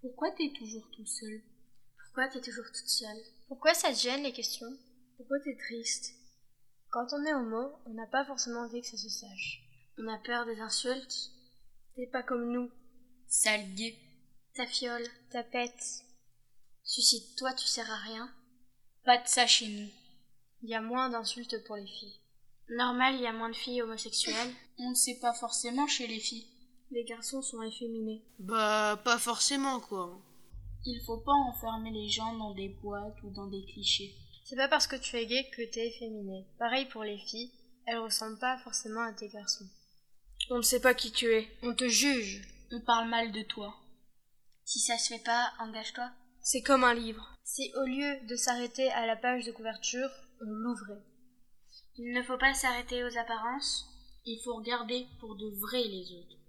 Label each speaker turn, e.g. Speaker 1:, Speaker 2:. Speaker 1: Pourquoi t'es toujours tout seul
Speaker 2: Pourquoi t'es toujours toute seule
Speaker 3: Pourquoi ça te gêne les questions
Speaker 2: Pourquoi t'es triste
Speaker 3: Quand on est homo, on n'a pas forcément envie que ça se sache.
Speaker 2: On a peur des insultes T'es pas comme nous.
Speaker 1: Sale gay.
Speaker 2: Ta fiole.
Speaker 3: Ta pète.
Speaker 2: Suicide-toi, tu sers à rien.
Speaker 1: Pas de ça chez nous.
Speaker 3: Il y a moins d'insultes pour les filles.
Speaker 2: Normal, il y a moins de filles homosexuelles.
Speaker 1: On ne sait pas forcément chez les filles.
Speaker 2: Les garçons sont efféminés.
Speaker 4: Bah, pas forcément, quoi.
Speaker 1: Il faut pas enfermer les gens dans des boîtes ou dans des clichés.
Speaker 3: C'est pas parce que tu es gay que t'es efféminé. Pareil pour les filles, elles ressemblent pas forcément à tes garçons.
Speaker 2: On ne sait pas qui tu es.
Speaker 3: On te juge.
Speaker 1: On parle mal de toi.
Speaker 2: Si ça se fait pas, engage-toi.
Speaker 4: C'est comme un livre.
Speaker 3: Si au lieu de s'arrêter à la page de couverture, on l'ouvrait.
Speaker 2: Il ne faut pas s'arrêter aux apparences.
Speaker 1: Il faut regarder pour de vrai les autres.